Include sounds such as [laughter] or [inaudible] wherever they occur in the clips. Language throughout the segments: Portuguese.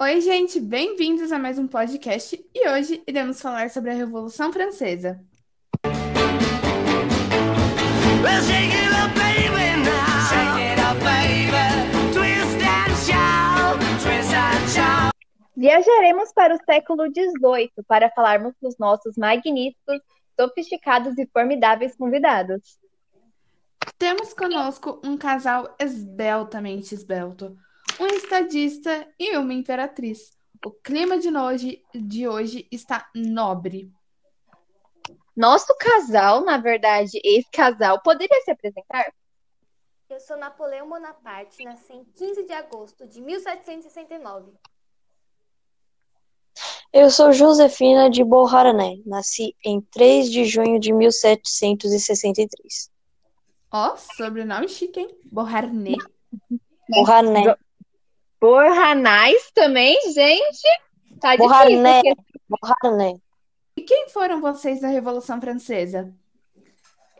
Oi, gente, bem-vindos a mais um podcast e hoje iremos falar sobre a Revolução Francesa. Well, shake it up, baby, now. Shake it up, baby. Twist and shout, twist and shout. Viajaremos para o século XVIII para falarmos dos nossos magníficos, sofisticados e formidáveis convidados. Temos conosco um casal esbeltamente esbelto, um estadista e uma imperatriz. O clima de noje- de hoje está nobre. Nosso casal, na verdade, ex-casal, poderia se apresentar? Eu sou Napoleão Bonaparte, nasci em 15 de agosto de 1769. Eu sou Josefina de Borharané, nasci em 3 de junho de 1763. Ó, sobrenome chique, hein? Beauharnais. Borharané, Jo- Borranais também, gente? Tá difícil. Borrané. porque- Borharané. E quem foram vocês da Revolução Francesa?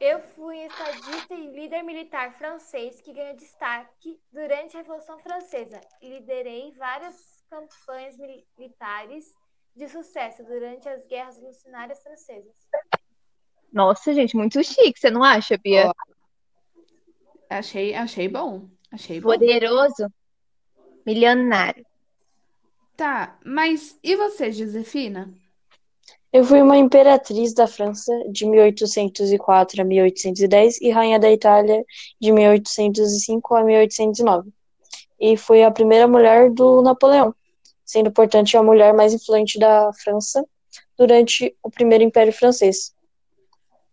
Eu fui um estadista e líder militar francês que ganhou destaque durante a Revolução Francesa. Liderei várias campanhas militares de sucesso durante as guerras revolucionárias francesas. Nossa, gente, muito chique, você não acha, Bia? Achei, achei bom. Achei bom. Poderoso, milionário. Tá, mas e você, Josefina? Eu fui uma imperatriz da França de 1804 a 1810 e rainha da Itália de 1805 a 1809. E fui a primeira mulher do Napoleão, sendo, portanto, a mulher mais influente da França durante o Primeiro Império Francês.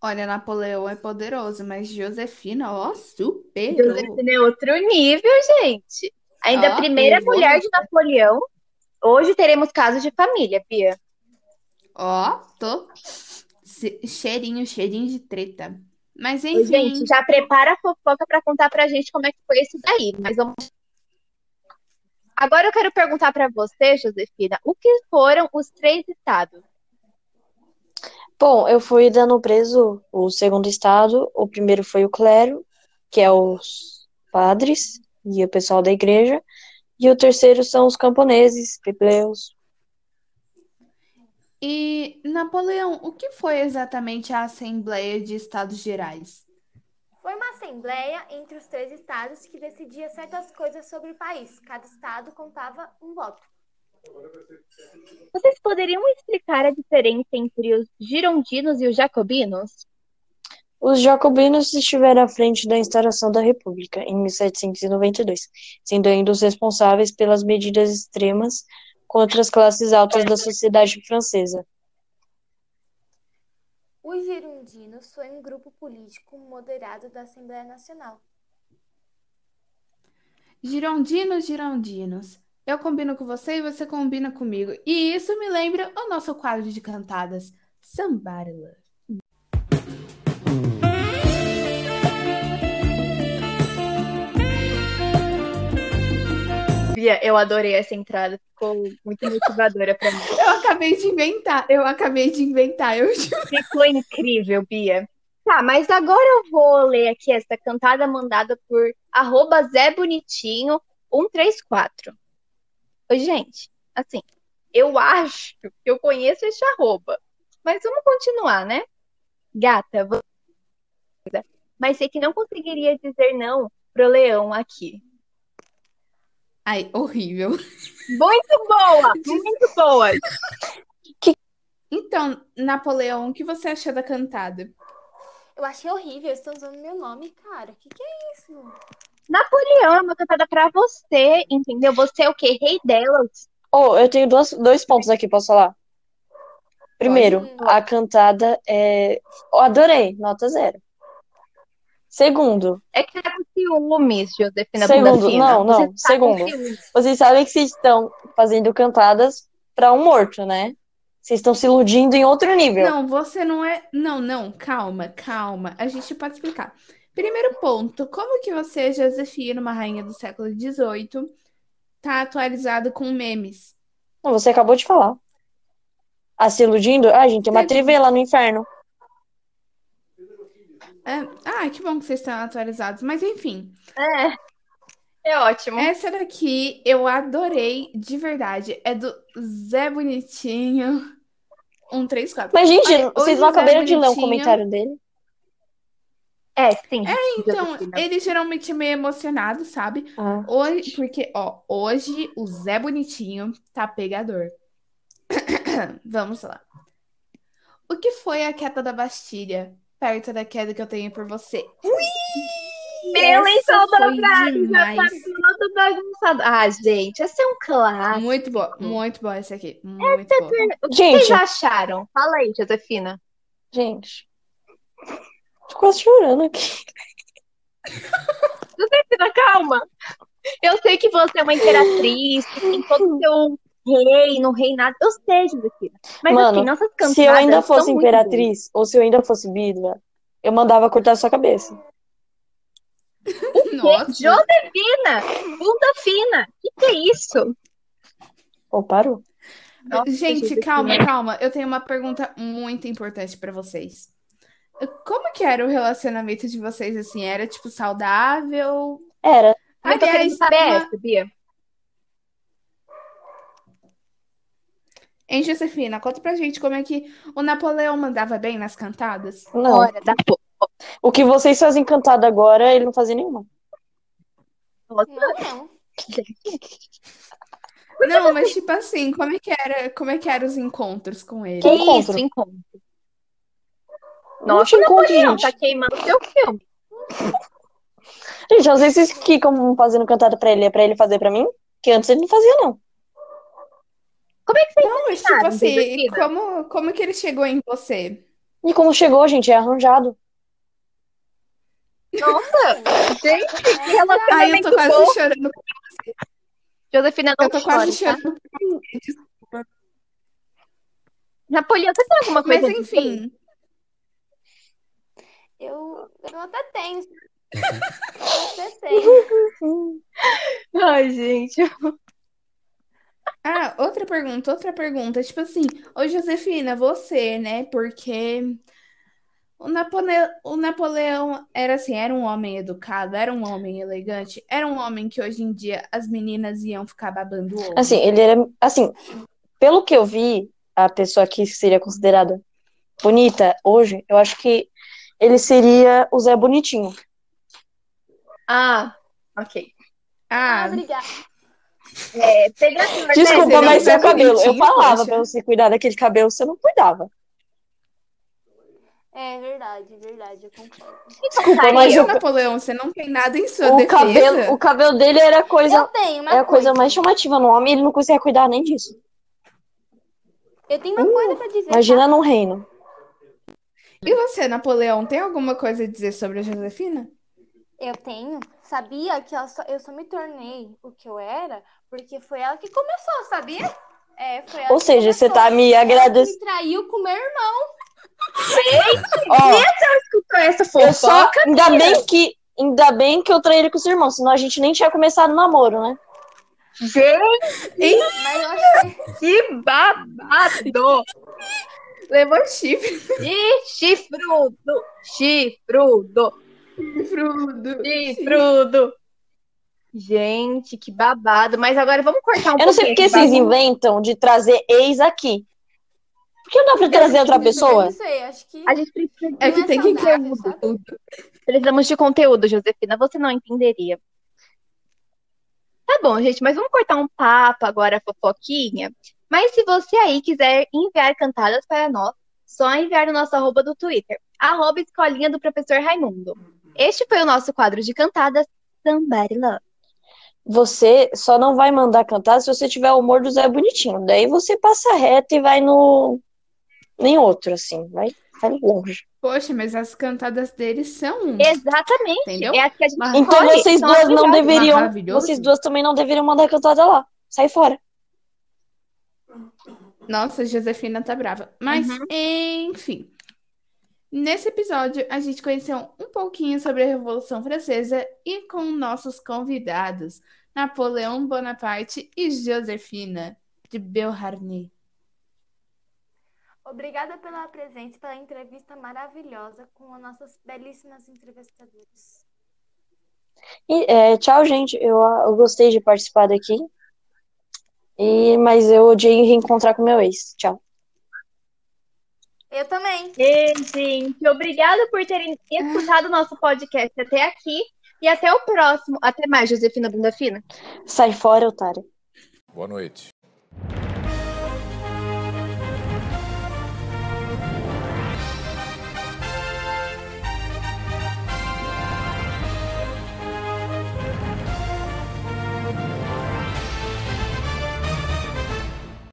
Olha, Napoleão é poderoso, mas Josefina, ó, superou. Josefina é outro nível, gente. Ainda Ó, a primeira pegou. mulher de Napoleão. Hoje teremos casos de família, Bia. Ó, tô se- cheirinho, cheirinho de treta. Mas Ô, enfim, Gente, já prepara a fofoca para contar pra gente como é que foi isso daí, mas vamos Agora eu quero perguntar pra você, Josefina, o que foram os três estados? Bom, eu fui dando preso o segundo estado. O primeiro foi o clero, que é os padres e o pessoal da igreja. E o terceiro são os camponeses, plebeus. e Napoleão, o que foi exatamente a Assembleia de Estados Gerais? Foi uma assembleia entre os três estados que decidia certas coisas sobre o país. Cada estado contava um voto. Vocês poderiam explicar a diferença entre os girondinos e os jacobinos? Os jacobinos estiveram à frente da instauração da República em 1792, sendo ainda os responsáveis pelas medidas extremas contra as classes altas da sociedade francesa. Os Girondinos foi um grupo político moderado da Assembleia Nacional. Girondinos, girondinos. Eu combino com você e você combina comigo. E isso me lembra o nosso quadro de cantadas, Somebody Love. Bia, eu adorei essa entrada, ficou muito motivadora pra mim. Eu acabei de inventar, eu acabei de inventar, eu [laughs] juro. Ficou incrível, Bia. Tá, mas agora eu vou ler aqui essa cantada mandada por arroba Zé Bonitinho 134. Ô, gente, assim, eu acho que eu conheço este arroba. Mas vamos continuar, né? Gata, vo- mas sei que não conseguiria dizer não pro leão aqui. Ai, horrível. Muito boa! Muito boa! Então, Napoleão, o que você achou da cantada? Eu achei horrível, eles estão usando meu nome, cara. Que que é isso? Napoleão é uma cantada pra você, entendeu? Você é o quê? Rei delas. Oh, eu tenho duas- dois pontos aqui, posso falar? Primeiro, Pode. a cantada é. Eu adorei, nota zero. Segundo, É que tá com ciúmes, Josefina segundo, Bundafina. não, Você não, tá com segundo. ciúmes. Vocês sabem que vocês estão fazendo cantadas pra um morto, né? Vocês estão se iludindo em outro nível. Não, você não é. Não, não, calma, calma. A gente pode explicar. Primeiro ponto, como que você, é Josefina, uma rainha do século XVIII, tá atualizado com memes? Não, Você acabou de falar. Ah, se iludindo? Ah, gente, tem uma TV lá no inferno. É, Ah, que bom que vocês estão atualizados. Mas enfim, É, É ótimo. Essa daqui eu adorei de verdade. É do Zé Bonitinho. Um, três, quatro. Mas, gente, Olha, hoje vocês não o Zé acabaram de ler o Bonitinho- comentário dele? É, sim. Então, ele geralmente é meio emocionado, sabe? Ah. Hoje, porque, ó, hoje o Zé Bonitinho tá pegador. [coughs] Vamos lá. O que foi a queda da Bastilha? Perto da queda que eu tenho por você. Ui! Meu, Essa então, foi dobrado, demais. Todo tá bagunçado. Ah, gente, essa é um clássico. Muito boa, muito boa essa aqui. Muito boa. [laughs] O que Gente. vocês acharam? Fala aí, Josefina. Gente. Tô quase chorando aqui. Josefina, calma. Eu sei que você é uma imperatriz, que tem todo o seu reino, reinado. Eu sei, Josefina. Mas Mano, assim, nossas cantadas Se eu ainda fosse são muito boas. imperatriz, ou se eu ainda fosse Bidla, eu mandava cortar sua cabeça. Nossa, Josefina, bunda fina. O que, que é isso? Ou parou? Nossa, gente, Josefina. calma, calma. Eu tenho uma pergunta muito importante pra vocês. Como que era o relacionamento de vocês assim? Era tipo saudável? Era. Eu tô querendo Aliás, saber uma- essa, Bia. Hein, Josefina, conta pra gente como é que o Napoleão mandava bem nas cantadas. Não. Hora da pô. O que vocês fazem cantado agora, ele não fazia nenhuma. Não, não. Não, [laughs] mas tipo assim, como é que era, como é que era os encontros com ele? Que encontro? Isso, encontro. Não Nossa, te encontro, Napoleão, gente. tá queimando seu filme. Gente, às vezes vocês ficam fazendo cantada pra ele, é pra ele fazer pra mim? Que antes ele não fazia, não. Não, mas tipo Sabe, assim, Josefina? como, como que ele chegou em você? E como chegou, gente, é arranjado. Nossa, gente, que relacionamento Ai, eu tô quase bom. chorando. Josefina, não Eu tô quase chore, tá? chorando. Napoleão, você tem alguma Mas coisa assim? enfim, Eu, eu até [laughs] tenho. Eu até Uhum. tenho. de- Ai, gente. Ah, outra pergunta, outra pergunta. Tipo assim, ô Josefina, você, né? Porque o Napone... o Napoleão era assim, era um homem educado, era um homem elegante, era um homem que hoje em dia as meninas iam ficar babando o ovo. Assim, ele era. Assim, pelo que eu vi, a pessoa que seria considerada bonita hoje, eu acho que ele seria o Zé Bonitinho. Ah, ok. Ah, Obrigada. É, pegador, né? Desculpa, seria o mas Zé seu cabelo. Eu Bonitinho, falava poxa. pra você cuidar daquele cabelo, você não cuidava. É verdade, verdade, eu concordo. Desculpa, Aí, mas Ô, o, Napoleão, você não tem nada em sua o, defesa. cabelo, o cabelo dele era a coisa, Eu tenho uma é a coisa coisa. mais chamativa no homem e ele não conseguia cuidar nem disso. Eu tenho uma coisa pra dizer. Uh, Imagina num reino. E você, Napoleão, tem alguma coisa a dizer sobre a Josefina? tá? Eu tenho. Sabia que ela só- eu só me tornei o que eu era porque foi ela que começou, sabia? É, foi ela Ou que seja, você começou. tá me Ela agradecendo. me traiu com meu irmão. Ó, escutou essa eu só. Ainda bem que. Ainda bem que eu traí ele com seu irmão, senão a gente nem tinha começado o namoro, né? Gente, Mas eu acho que que babado! Levou [laughs] chifre, Ih, chifrudo! Chifrudo! Frudo. Chifrudo! Gente, que babado. Mas agora vamos cortar um Eu não pouquinho sei porque esse vocês babado. inventam de trazer ex aqui. Por que não dá pra trazer outra pessoa? Não sei, acho que. A gente precisa É que Não é tem que ter saudável, sabe? tudo. Precisamos de conteúdo, Josefina. Você não entenderia. Tá bom, gente, mas vamos cortar um papo agora, fofoquinha. Mas se você aí quiser enviar cantadas para nós, só enviar no nosso arroba do Twitter, arroba escolinha do professor Raimundo. Este foi o nosso quadro de cantadas Somebody Love. Você só não vai mandar cantar se você tiver o humor do Zé Bonitinho. Daí você passa reto e vai no. Nem outro, assim. Vai, vai longe. Poxa, mas as cantadas dele são, um, Exatamente. entendeu? É a que a gente Mas- Então escolhe, vocês são duas as não melhores. deveriam. Maravilhoso. Vocês duas também não deveriam mandar cantada lá. Sai fora. Nossa, Josefina tá brava. Mas, enfim. Nesse episódio, a gente conheceu um pouquinho sobre a Revolução Francesa e com nossos convidados, Napoleão Bonaparte e Josefina de Beauharnais. Obrigada pela presença, e pela entrevista maravilhosa com as nossas belíssimas entrevistadoras. E, é, tchau, gente. Eu, eu gostei de participar daqui. E, mas eu odiei reencontrar com meu ex. Tchau. Eu também. Ei, gente, obrigada por terem escutado o nosso podcast até aqui. E até o próximo. Até mais, Josefina Bunda Fina. Sai fora, otário. Boa noite.